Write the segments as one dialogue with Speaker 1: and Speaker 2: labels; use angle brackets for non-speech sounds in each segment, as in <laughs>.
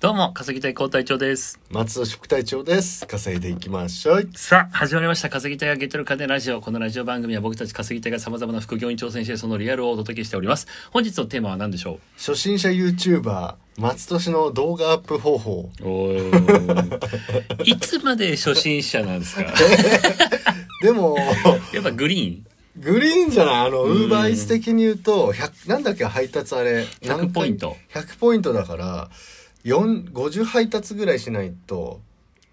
Speaker 1: どうも、稼ぎたい高隊長です。
Speaker 2: 松戸副隊長です稼いでいきましょう
Speaker 1: さあ、始まりました。稼ぎたいがゲットる金ラジオ。このラジオ番組は僕たち稼ぎたいが様々な副業に挑戦して、そのリアルをお届けしております。本日のテーマは何でしょ
Speaker 2: 初心者 YouTuber 松戸氏の動画アップ方法
Speaker 1: うおいつまで初心者なん
Speaker 2: <laughs>
Speaker 1: ですか
Speaker 2: でも <laughs>
Speaker 1: やっぱグリ
Speaker 2: グリーンじゃないあのウーバーイーツ的に言うと100なんだっけ配達あれ
Speaker 1: ーン ?100 ポイント。
Speaker 2: 何回100ポイントだから4 50配達ぐらいしないと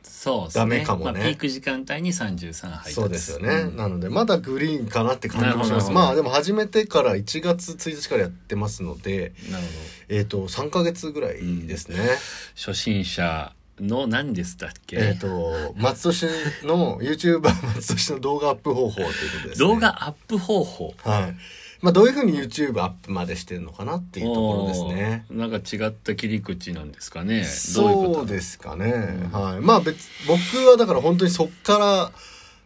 Speaker 1: そうですね。
Speaker 2: ダメかもね
Speaker 1: まあ、ピーク時間帯に33配達。
Speaker 2: そうですよね、
Speaker 1: うん
Speaker 2: なのでまだグリーンかなって感じもし
Speaker 1: な
Speaker 2: ます
Speaker 1: るほど
Speaker 2: まあでも始めてから1月1日からやってますので
Speaker 1: なるほど。
Speaker 2: えっ、と3か月ぐらいですね、
Speaker 1: 初心者の何でしたっけ、
Speaker 2: えっ、と松戸市の YouTuber 松戸市の動画アップ方法ということです、ね、
Speaker 1: 動画アップ方法。
Speaker 2: はいまあどういうふうに YouTube アップまでしてるのかなっていうところですね
Speaker 1: おーなんか違った切り口なんですかね。どういうこ
Speaker 2: そ
Speaker 1: と
Speaker 2: うですかね、
Speaker 1: ん
Speaker 2: はいまあ別僕はだから本当にそっから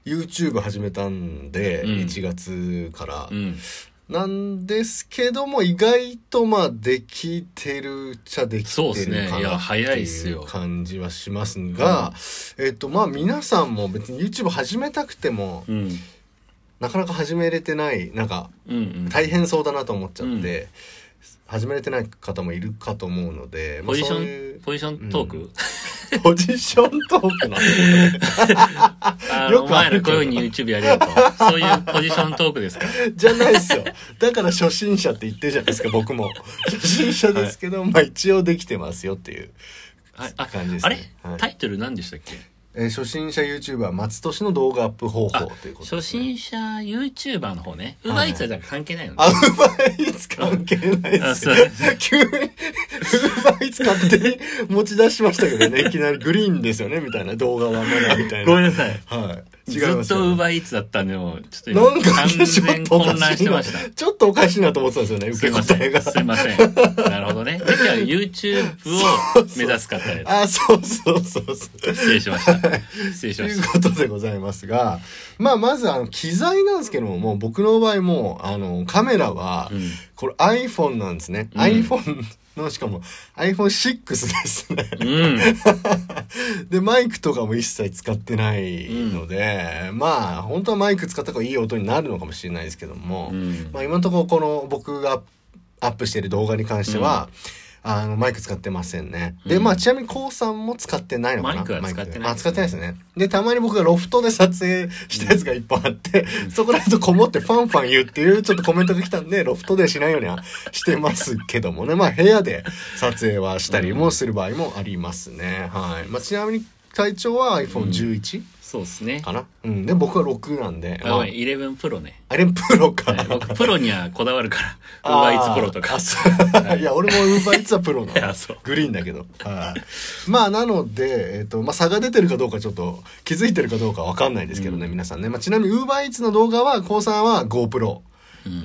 Speaker 2: YouTube 始めたんで、
Speaker 1: うん
Speaker 2: 1月から、
Speaker 1: うん。
Speaker 2: なんですけども意外とまあできてるっちゃでき
Speaker 1: そう
Speaker 2: て
Speaker 1: っすね
Speaker 2: るか
Speaker 1: いや
Speaker 2: なって
Speaker 1: 早いっす
Speaker 2: い
Speaker 1: よ
Speaker 2: う感じはしますが、えっとまあ皆さんも別に YouTube 始めたくても
Speaker 1: うん。
Speaker 2: なかなか始めれてないなんか
Speaker 1: うんうん。
Speaker 2: 大変そうだなと思っちゃ
Speaker 1: う
Speaker 2: っ
Speaker 1: ん
Speaker 2: て、始めれてない方もいるかと思うので、
Speaker 1: ポ
Speaker 2: まあ、
Speaker 1: ジシ
Speaker 2: そう
Speaker 1: ョ
Speaker 2: い
Speaker 1: ン
Speaker 2: う、
Speaker 1: ポジショントーク
Speaker 2: ポジショントークなの
Speaker 1: あの、
Speaker 2: よ
Speaker 1: お
Speaker 2: <laughs> くあ
Speaker 1: 前ら
Speaker 2: る
Speaker 1: こう
Speaker 2: けど
Speaker 1: いうふうに YouTube やれよと。 <laughs> そういうポジショントーク
Speaker 2: <laughs>
Speaker 1: ですか。
Speaker 2: じゃないですよだから初心者って言ってるじゃないですか僕も初心者ですけど、まあ一応できてますよっていう、
Speaker 1: はいあ
Speaker 2: 感じで、す
Speaker 1: あれ
Speaker 2: ねはい
Speaker 1: タイトル何でしたっけ
Speaker 2: えー初心者 YouTuber 松戸氏の動画アップ方法というこ
Speaker 1: 初
Speaker 2: とです、
Speaker 1: 心
Speaker 2: ね、
Speaker 1: 者 YouTuber の方ね。う
Speaker 2: はい
Speaker 1: まいつは関係ないよね。
Speaker 2: あ、ウーバーイーツ関係ない
Speaker 1: あそ
Speaker 2: です
Speaker 1: う
Speaker 2: よ。急に、ウーバーイーツ勝手に持ち出しましたけ
Speaker 1: <laughs>
Speaker 2: どね。いきなりグリーンですよね、みたいな動画はまだ、みたいな。
Speaker 1: ごめ
Speaker 2: ん
Speaker 1: んなさい。
Speaker 2: はい。
Speaker 1: ず
Speaker 2: 違
Speaker 1: っ
Speaker 2: います
Speaker 1: と
Speaker 2: よ、
Speaker 1: ウー
Speaker 2: ね。
Speaker 1: バーイーツだったんで、もうちょっと今
Speaker 2: なんか
Speaker 1: 完
Speaker 2: ねちょっ
Speaker 1: 全
Speaker 2: とお
Speaker 1: 混
Speaker 2: か
Speaker 1: 乱し
Speaker 2: しい
Speaker 1: てま
Speaker 2: な。
Speaker 1: した。
Speaker 2: ちょっとおかしいなと思ってたんですよ
Speaker 1: す
Speaker 2: ね、受
Speaker 1: い
Speaker 2: け
Speaker 1: ませ
Speaker 2: 答えが
Speaker 1: ん。。すいません。なるほどね。次は YouTube を目指す方へ。
Speaker 2: あ、そうそうそうそう。
Speaker 1: 失礼しました。失礼し
Speaker 2: と
Speaker 1: ま
Speaker 2: い
Speaker 1: し
Speaker 2: う
Speaker 1: た。
Speaker 2: ことでございますが、まあ、まず、あの、機材なんですけども、もう僕の場合もう、あの、カメラは、
Speaker 1: うん
Speaker 2: これ iPhone なんですね。
Speaker 1: うん
Speaker 2: iPhone の、しかも iPhone6 で
Speaker 1: <laughs>
Speaker 2: すね。 <laughs>
Speaker 1: うん。
Speaker 2: で、マイクとかも一切使ってないので、まあ、本当はマイク使った方がいい音になるのかもしれないですけども、
Speaker 1: うん
Speaker 2: まあ、今のところこの僕がアップしている動画に関しては、あの、マイク使ってませんね。で、
Speaker 1: うん
Speaker 2: まあ、ちなみに、こうさんも使ってないのかな
Speaker 1: マイクは使ってない
Speaker 2: マイクあ、使ってないですね。で、たまに僕がロフトで撮影したやつがいっぱいあって、そこら辺とこもってファンファン言うっていうちょっとコメントが来たんで、ロフトでしないようにはしてますけどもね。まあ、部屋で撮影はしたりもする場合もありますね。はい。まあ、ちなみに、体調は iPhone11
Speaker 1: そうですね。
Speaker 2: かな、うん、で、僕は6なんで。
Speaker 1: あ、
Speaker 2: ま
Speaker 1: ご
Speaker 2: あ
Speaker 1: めん、11プロね。
Speaker 2: あれプロか。
Speaker 1: はい僕、プロにはこだわるから。ウーバーイーツプロとか。
Speaker 2: あそういや、俺もウーバーイーツはプ
Speaker 1: <laughs>
Speaker 2: ロ
Speaker 1: い
Speaker 2: な
Speaker 1: や
Speaker 2: の
Speaker 1: そう。
Speaker 2: グリーンだけど。はい。まあ、なので、えっ、と、まあ、差が出てるかどうかちょっと気づいてるかどうかわかんないですけどね、
Speaker 1: うん
Speaker 2: 皆さんね。まあ、ちなみにウーバーイーツの動画は、高さんは GoPro。
Speaker 1: うん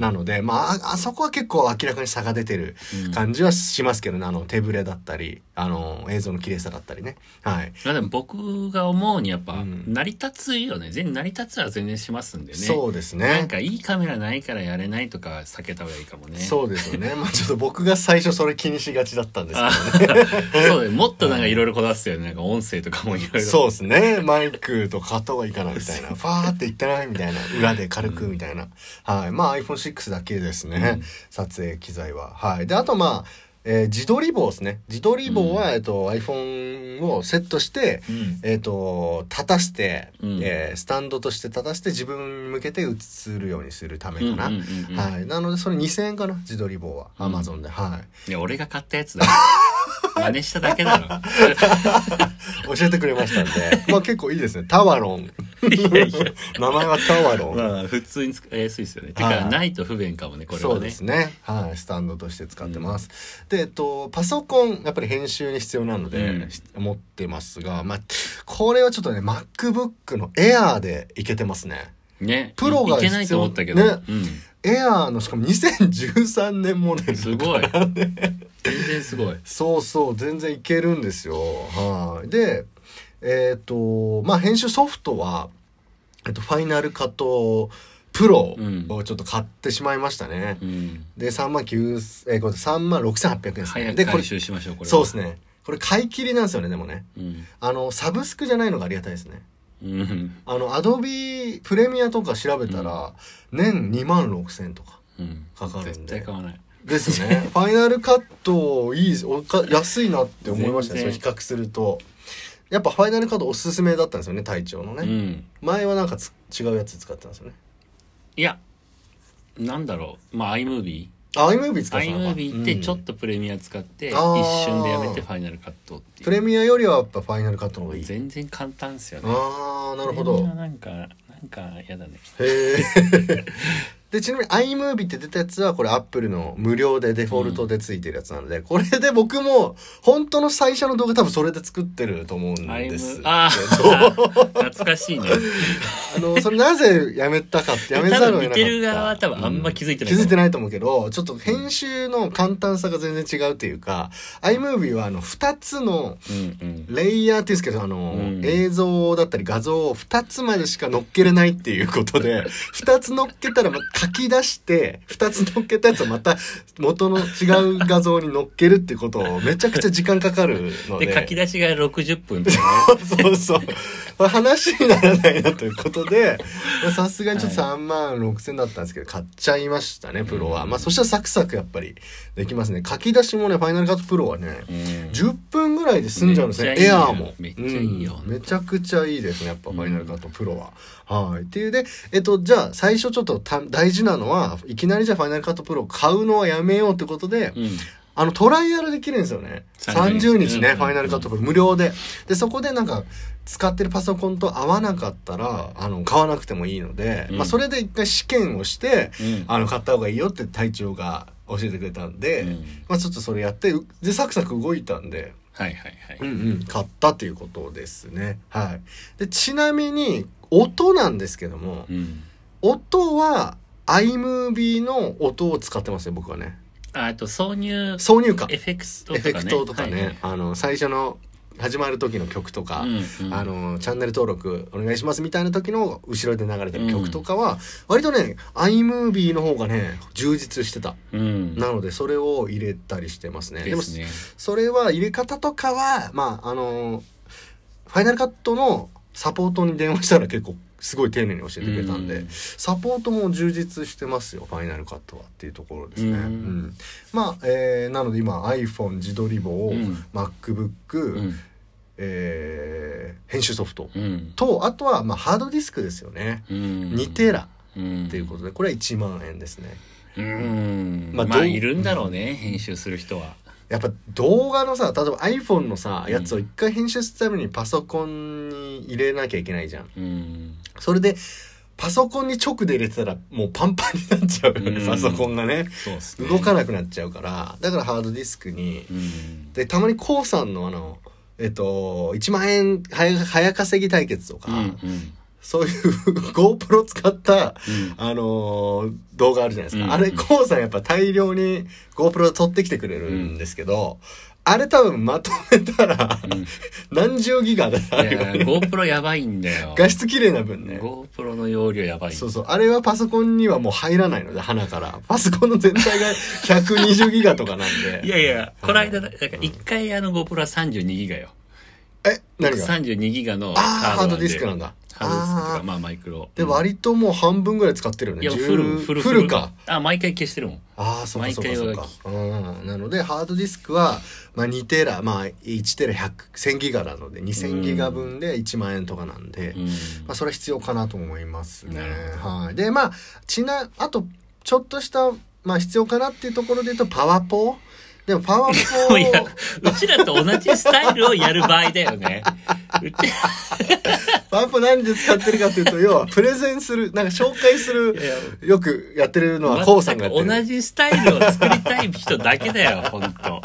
Speaker 2: なので、まあ、ああそこは結構明らかに差が出てる
Speaker 1: うん
Speaker 2: 感じはしますけどね、あの、手ぶれだったり、あの、映像の綺麗さだったりね。はい。
Speaker 1: まあでも僕が思うにやっぱ、
Speaker 2: うん
Speaker 1: 成り立つよね。全成り立つは全然しますんでね。
Speaker 2: そうです
Speaker 1: な
Speaker 2: ね
Speaker 1: ん。かいいカメラないからやれないとかは避けた方がいいかもね。
Speaker 2: そうですよね。まあ、ちょっと僕が最初それ気にしがちだったんですけど
Speaker 1: あ <laughs> そうだよもっとなんかいろいろこだわってたよね。なんか音声とかもいろいろ。
Speaker 2: そうですね。マイクと買った方がいいかな、みたいな。ファーって言ってないみたいな。裏で軽く、みたいな。はい。まあ iPhone6 だけですね。
Speaker 1: うん
Speaker 2: 撮影機材は。はい。で、あとまあ、えー自撮り棒ですね。自撮り棒は、えっと、iPhone をセットして、
Speaker 1: うん。
Speaker 2: えっと、立たして、
Speaker 1: うん
Speaker 2: えースタンドとして立たして自分に向けて映るようにするため
Speaker 1: うん
Speaker 2: か
Speaker 1: うんう
Speaker 2: な。
Speaker 1: んうん
Speaker 2: はい。なので、それ2000円かな、自撮り棒は。
Speaker 1: うん
Speaker 2: Amazon で。はい。
Speaker 1: いや、俺が買ったやつだよ。 <laughs> 真似しただけ
Speaker 2: <laughs>
Speaker 1: だろ。
Speaker 2: 教えてくれましたんで。 <laughs> まあ結構いいですね。タワロン。 <laughs> 名前はタワロン。
Speaker 1: まあ、普通に使いやすいですよね。て
Speaker 2: は
Speaker 1: か、
Speaker 2: い
Speaker 1: ないと不便かもね、これ
Speaker 2: そ
Speaker 1: は
Speaker 2: うで
Speaker 1: ね。
Speaker 2: すね。はい、スタンドとして使ってます。で、えっと、パソコン、やっぱり編集に必要なので、
Speaker 1: うん
Speaker 2: し持ってますが、まあ、これはちょっとね、MacBook の Air でいけてますね。
Speaker 1: ね。
Speaker 2: プロが
Speaker 1: いいけないと思ったけど。
Speaker 2: 必要ね
Speaker 1: うん。
Speaker 2: Air の、しかも2013年モデル。
Speaker 1: す
Speaker 2: <laughs>
Speaker 1: ごい。全然すごい。
Speaker 2: そうそう、全然いけるんですよ。はい。で、えっと、まあ、編集ソフトは、えっと、ファイナルカットプロをちょっと買ってしまいましたね。
Speaker 1: うん。
Speaker 2: で、3万9、えー、これ3万6800円ですね。
Speaker 1: 早
Speaker 2: で、
Speaker 1: く
Speaker 2: これ
Speaker 1: 回収しましょう、これは。
Speaker 2: そうですね。これ買い切りなんですよねでもね
Speaker 1: うん
Speaker 2: あのサブスクじゃないのがありがたいですね
Speaker 1: うん
Speaker 2: あのアドビプレミアとか調べたら、年2万6000とか
Speaker 1: うん
Speaker 2: かかるんで
Speaker 1: 絶対買わない
Speaker 2: ですよね <laughs> ファイナルカットいいですおか安いなって思いましたねそれ
Speaker 1: 全
Speaker 2: 比
Speaker 1: 然
Speaker 2: 較するとやっぱファイナルカットおすすめだったんですよね隊長のね、
Speaker 1: うん
Speaker 2: 前はなんかつ違うやつ使ってたんですよね
Speaker 1: いやなんだろうまあ iMovie
Speaker 2: あ iMovie 使ってたのか
Speaker 1: iMovie ってちょっ、
Speaker 2: うん
Speaker 1: とプレミア使って一
Speaker 2: あー
Speaker 1: 瞬でやめてファイナルカットって
Speaker 2: プ
Speaker 1: い
Speaker 2: レ
Speaker 1: う
Speaker 2: ミアよりはやっぱファイナルカットの方がいい
Speaker 1: 全然簡単ですよね
Speaker 2: ああなるほ
Speaker 1: プレ
Speaker 2: ど
Speaker 1: ミアなんかなんかやだね
Speaker 2: へえ <laughs> でちなみに iMovie って出たやつはこれ Apple の無料でデフォルトでついてるやつなので、これで僕も本当の最初の動画多分それで作ってると思うんです
Speaker 1: iMovie
Speaker 2: けど
Speaker 1: あ
Speaker 2: あ
Speaker 1: ー懐かしいね
Speaker 2: のそれなぜやめたかってやめざるを
Speaker 1: 多分
Speaker 2: 得なかった
Speaker 1: 見てる側は多分あんま気づいてないと思う
Speaker 2: うん気づいてないと思うけどちょっと編集の簡単さが全然違うというか iMovie はあの2つの
Speaker 1: うんうん
Speaker 2: レイヤーっていうんですけど、あの、
Speaker 1: うん
Speaker 2: 映像だったり画像を2つまでしか乗っけれないっていうことで、2つ乗っ <laughs> けたらま書き出して、2つ乗っけたやつをまた元の違う画像に乗っけるっていうことをめちゃくちゃ時間かかるので。
Speaker 1: で書き出しが60分とかね
Speaker 2: そうそう。まあ話にならないなということ
Speaker 1: <laughs>
Speaker 2: で、まあさすがにちょっと3万6千だったんですけど、買っちゃいましたね、プロは。まあそしたらサクサクやっぱりできますね。書き出しもね、ファイナルカットプロはね、
Speaker 1: うん
Speaker 2: 10分ぐらいで済んじゃうんですね
Speaker 1: めっちゃいい
Speaker 2: エ
Speaker 1: よ
Speaker 2: アーも
Speaker 1: めっちゃいいよ
Speaker 2: うんめちゃくちゃいいですねやっぱファイナルカットプロは、はいっていうでえっとじゃあ最初ちょっとた大事なのはいきなりじゃあファイナルカットプロを買うのはやめようってことで、
Speaker 1: うん
Speaker 2: あのトライアルできるんですよね
Speaker 1: 30
Speaker 2: 30
Speaker 1: 日
Speaker 2: 日ね、
Speaker 1: うん
Speaker 2: ファイナルカットプロ無料ででそこでなんか使ってるパソコンと合わなかったらあの買わなくてもいいので、
Speaker 1: うん
Speaker 2: まあ、それで一回試験をして
Speaker 1: うん
Speaker 2: あの買った方がいいよって隊長が教えてくれたんで、
Speaker 1: うん
Speaker 2: まあ、ちょっとそれやってうでサクサク動いたんで
Speaker 1: はいはいはい
Speaker 2: うんうん、買ったということですね。はい。で、ちなみに、音なんですけども、
Speaker 1: うん
Speaker 2: 音は iMovie の音を使ってますね、僕はね。
Speaker 1: あと挿入
Speaker 2: 挿入歌、
Speaker 1: エ
Speaker 2: エフ
Speaker 1: フェクトとかね
Speaker 2: ェクトとかね、
Speaker 1: はいはい
Speaker 2: あの、最初の始まる時の曲とか、
Speaker 1: うんうん
Speaker 2: あの、チャンネル登録お願いしますみたいな時の後ろで流れてる曲とかは、割とね、iMovie の方がね、充実してた。
Speaker 1: うん
Speaker 2: なので、それを入れたりしてますね。で
Speaker 1: で
Speaker 2: も
Speaker 1: すね
Speaker 2: それは入れ方とかはまああのファイナルカットのサポートに電話したら結構すごい丁寧に教えてくれたんで、
Speaker 1: うん
Speaker 2: サポートも充実してますよファイナルカットはっていうところですね、
Speaker 1: うん
Speaker 2: うんまあ、えーなので今 iPhone 自撮り棒、
Speaker 1: うん
Speaker 2: MacBook、
Speaker 1: うん
Speaker 2: えー編集ソフト
Speaker 1: うん
Speaker 2: とあとはまあハードディスクですよね、
Speaker 1: うん
Speaker 2: 2テラ
Speaker 1: っ
Speaker 2: っていうことでこれは1万円ですね
Speaker 1: うん
Speaker 2: ま
Speaker 1: ま
Speaker 2: あ
Speaker 1: あ、
Speaker 2: どう
Speaker 1: いるんだろうね編集する人は
Speaker 2: やっぱ動画のさ例えば iPhone のさ
Speaker 1: うん
Speaker 2: やつを一回編集するためにパソコンに入れなきゃいけないじゃん
Speaker 1: うん
Speaker 2: それでパソコンに直で入れてたらもうパンパンになっちゃうよね、
Speaker 1: うん
Speaker 2: パソコンがね
Speaker 1: そうですね
Speaker 2: 動か
Speaker 1: ない
Speaker 2: なくなっちゃうからだからハードディスクに
Speaker 1: うん
Speaker 2: でたまに k o さんのあのえっと1万円早早稼ぎ対決とか、
Speaker 1: うんうん
Speaker 2: そういう <laughs> GoPro 使った
Speaker 1: うん
Speaker 2: あのー動画あるじゃないですか。
Speaker 1: うん
Speaker 2: あれ、コウさんやっぱ大量に GoPro で撮ってきてくれるんですけど、あれ多分まとめたら、
Speaker 1: うん
Speaker 2: 何十ギガだ
Speaker 1: い
Speaker 2: あれ
Speaker 1: や
Speaker 2: <laughs> は
Speaker 1: ー GoPro やばいんだよ
Speaker 2: 画質綺麗な分ね。
Speaker 1: GoPro の容量やばい
Speaker 2: そうそう。あれはパソコンにはもう入らないので、鼻から。パソコンの全体が120ギガとかなんで。
Speaker 1: いやいやこの間だから1回あの GoPro は32ギガよ
Speaker 2: え、何が
Speaker 1: 32ギガのカ
Speaker 2: ああ、
Speaker 1: ード
Speaker 2: ハード
Speaker 1: なん
Speaker 2: デ
Speaker 1: で
Speaker 2: ィスクなんだ。
Speaker 1: ハードディスクと
Speaker 2: あ
Speaker 1: かまあマイクロ
Speaker 2: ーで、割ともう半分ぐらい使ってるよ
Speaker 1: い
Speaker 2: ね。
Speaker 1: やフ
Speaker 2: 10
Speaker 1: ルフル
Speaker 2: フルか。
Speaker 1: あ毎回消してるもん
Speaker 2: ああそうかそうかそう
Speaker 1: 毎回
Speaker 2: か
Speaker 1: は
Speaker 2: うんなのでハードディスクは、まあ、2テラ、まあ、1テラ100 1000ギガなので2000ギガ分で1万円とかなんで、
Speaker 1: うん
Speaker 2: まあ、それは必要かなと思いますね
Speaker 1: なる。
Speaker 2: はい、でまあちなあとちょっとした、まあ、必要かなっていうところで言うとパワポでもパワ
Speaker 1: <laughs>
Speaker 2: ポ
Speaker 1: いやうちらと同じスタイルをやる場合だよねうち
Speaker 2: パワポ何で使ってるかというと要はプレゼンするなんか紹介する
Speaker 1: いや
Speaker 2: よくやってるのはこうさんがやって
Speaker 1: 全
Speaker 2: る
Speaker 1: く同じスタイルを作りたい人だけだよ、本当。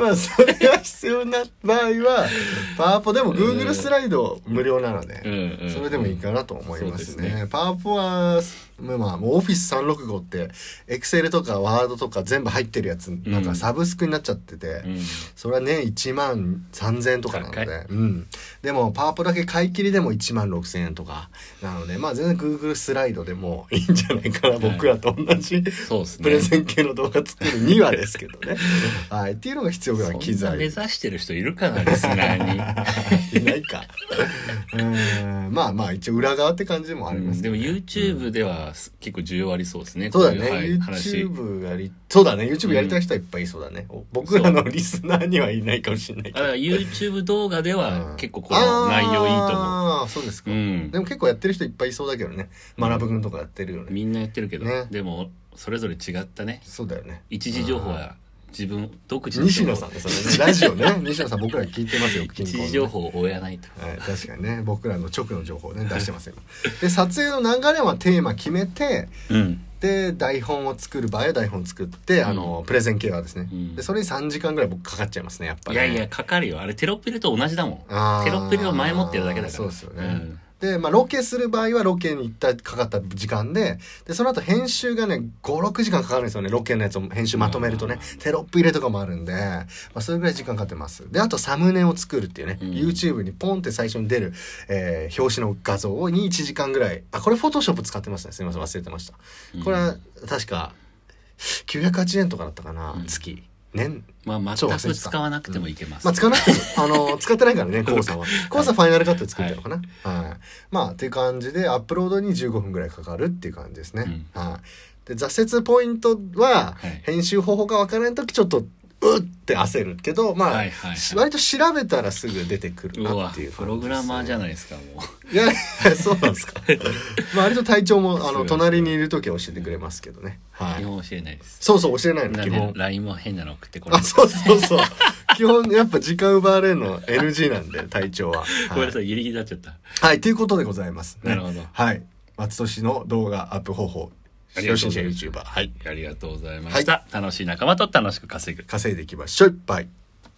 Speaker 2: まあそれが必要な場合はパワポでも Google スライド無料なので、
Speaker 1: うんうん
Speaker 2: それでもいいかなと思いま
Speaker 1: そう
Speaker 2: す
Speaker 1: で
Speaker 2: ね。
Speaker 1: す
Speaker 2: パワポはまあまあ、もうオフィス365って、エクセルとかワードとか全部入ってるやつ、なんかサブスクになっちゃってて、
Speaker 1: うん
Speaker 2: それは年1万3000円とかなので、
Speaker 1: 高い
Speaker 2: うん。でも、パワポだけ買い切りでも1万6000円とか。なので、まあ全然 Google スライドでもいいんじゃないかな、僕らと同じ。
Speaker 1: そうですね
Speaker 2: プレゼン系の動画作るにはですけど
Speaker 1: <laughs>
Speaker 2: ね。はい。っていうのが必要
Speaker 1: そ
Speaker 2: なん
Speaker 1: な
Speaker 2: 機材。
Speaker 1: 目指してる人いるかなリスナ
Speaker 2: <laughs>
Speaker 1: ー
Speaker 2: いないか。うーん。まあまあ、一応裏側って感じもあり
Speaker 1: に、
Speaker 2: ますけ
Speaker 1: で
Speaker 2: ど
Speaker 1: も
Speaker 2: ね、
Speaker 1: YouTube ではす結構需要ありそうですね
Speaker 2: そうだね、
Speaker 1: こい話
Speaker 2: YouTube やりそうだね YouTube やりたい人はいっぱいいそうだね、僕らのリスナーにはいないかもしれないけ
Speaker 1: あだか
Speaker 2: ど
Speaker 1: ら YouTube 動画では結構こ
Speaker 2: あ
Speaker 1: の
Speaker 2: ー
Speaker 1: 内容いいと思う
Speaker 2: ああそうですか、
Speaker 1: うん
Speaker 2: でも結構やってる人いっぱいいそうだけどね学ぶ君とかやってるよね、
Speaker 1: みんなやってるけど、
Speaker 2: ね
Speaker 1: でもそれぞれ違ったね
Speaker 2: そうだよね
Speaker 1: 一時情報は自分独自の
Speaker 2: 西野さんですよ
Speaker 1: <laughs>
Speaker 2: ねラジオね西野さん僕ら聞いてますよ
Speaker 1: 一
Speaker 2: 近
Speaker 1: 時
Speaker 2: 郊
Speaker 1: 情
Speaker 2: のね
Speaker 1: 報を追えないと
Speaker 2: はい、確かにね僕らの直の情報をね出してますよで撮影の流れはテーマ決めて
Speaker 1: うん
Speaker 2: で台本を作る場合は台本作って、あのプレゼン系はですね、
Speaker 1: うん
Speaker 2: でそれに3時間ぐらい僕かかっちゃいますねやっぱ
Speaker 1: い
Speaker 2: り、
Speaker 1: やいやかかるよあれテロップ入れと同じだもん
Speaker 2: あー
Speaker 1: テロップ入れを前もってるだけだから
Speaker 2: そうですよね、
Speaker 1: うん
Speaker 2: で、まあ、ロケする場合はロケに行ったかかった時間ででその後編集がね56時間かかるんですよねロケのやつを編集まとめるとねテロップ入れとかもあるんで、まあ、それぐらい時間かかってますであとサムネを作るっていうね、
Speaker 1: うん
Speaker 2: YouTube にポンって最初に出る、えー表紙の画像をに1時間ぐらいあこれフォトショップ使ってましたねすみません忘れてましたこれは確か980円とかだったかな、
Speaker 1: うん
Speaker 2: 月年
Speaker 1: まあ
Speaker 2: そう
Speaker 1: 全
Speaker 2: 忘
Speaker 1: く
Speaker 2: れてた
Speaker 1: 使わなくてもいけます、
Speaker 2: まあ使わなくても、 <laughs> あの、使ってないから
Speaker 1: <laughs>
Speaker 2: ね、コウさんは。コウさんファイナルカットで作ってるのかな、はい、まあ、っていう感じで、アップロードに15分ぐらいかかるっていう感じですね。はい。で、挫折ポイントは
Speaker 1: はい、
Speaker 2: 編集方法がわからないとき、ちょっと、うって焦るけど、まあ、
Speaker 1: はいはいはい
Speaker 2: し割と調べたらすぐ出てくる
Speaker 1: う
Speaker 2: な
Speaker 1: わ
Speaker 2: っていう
Speaker 1: プログラマーじゃ
Speaker 2: ない
Speaker 1: ないですかもう
Speaker 2: いやいや、そうな
Speaker 1: <laughs>
Speaker 2: んですか。まあ、割と体調も、あ
Speaker 1: そう
Speaker 2: の、
Speaker 1: です
Speaker 2: 隣にいるときは教えてくれますけどね。は
Speaker 1: 基
Speaker 2: い。
Speaker 1: 本教えないです
Speaker 2: そうそう、教えないの、
Speaker 1: な
Speaker 2: 基
Speaker 1: んで
Speaker 2: 本。
Speaker 1: LINE も変なの送ってこれ
Speaker 2: あ、そうそうそう。基本、やっぱ時間奪われるの NG なんで、体調は。
Speaker 1: ごめんなさ
Speaker 2: い。
Speaker 1: いギリギリになっちゃった
Speaker 2: はい、ということでございます、
Speaker 1: なるほど
Speaker 2: はい。松戸市の動画アップ方法。
Speaker 1: ありが
Speaker 2: 初
Speaker 1: とう
Speaker 2: 心
Speaker 1: ござ
Speaker 2: 者
Speaker 1: います
Speaker 2: YouTuber。はい。
Speaker 1: ありがとうございました、楽しい仲間と楽しく稼ぐ
Speaker 2: 稼いでいきましょう。いっぱい。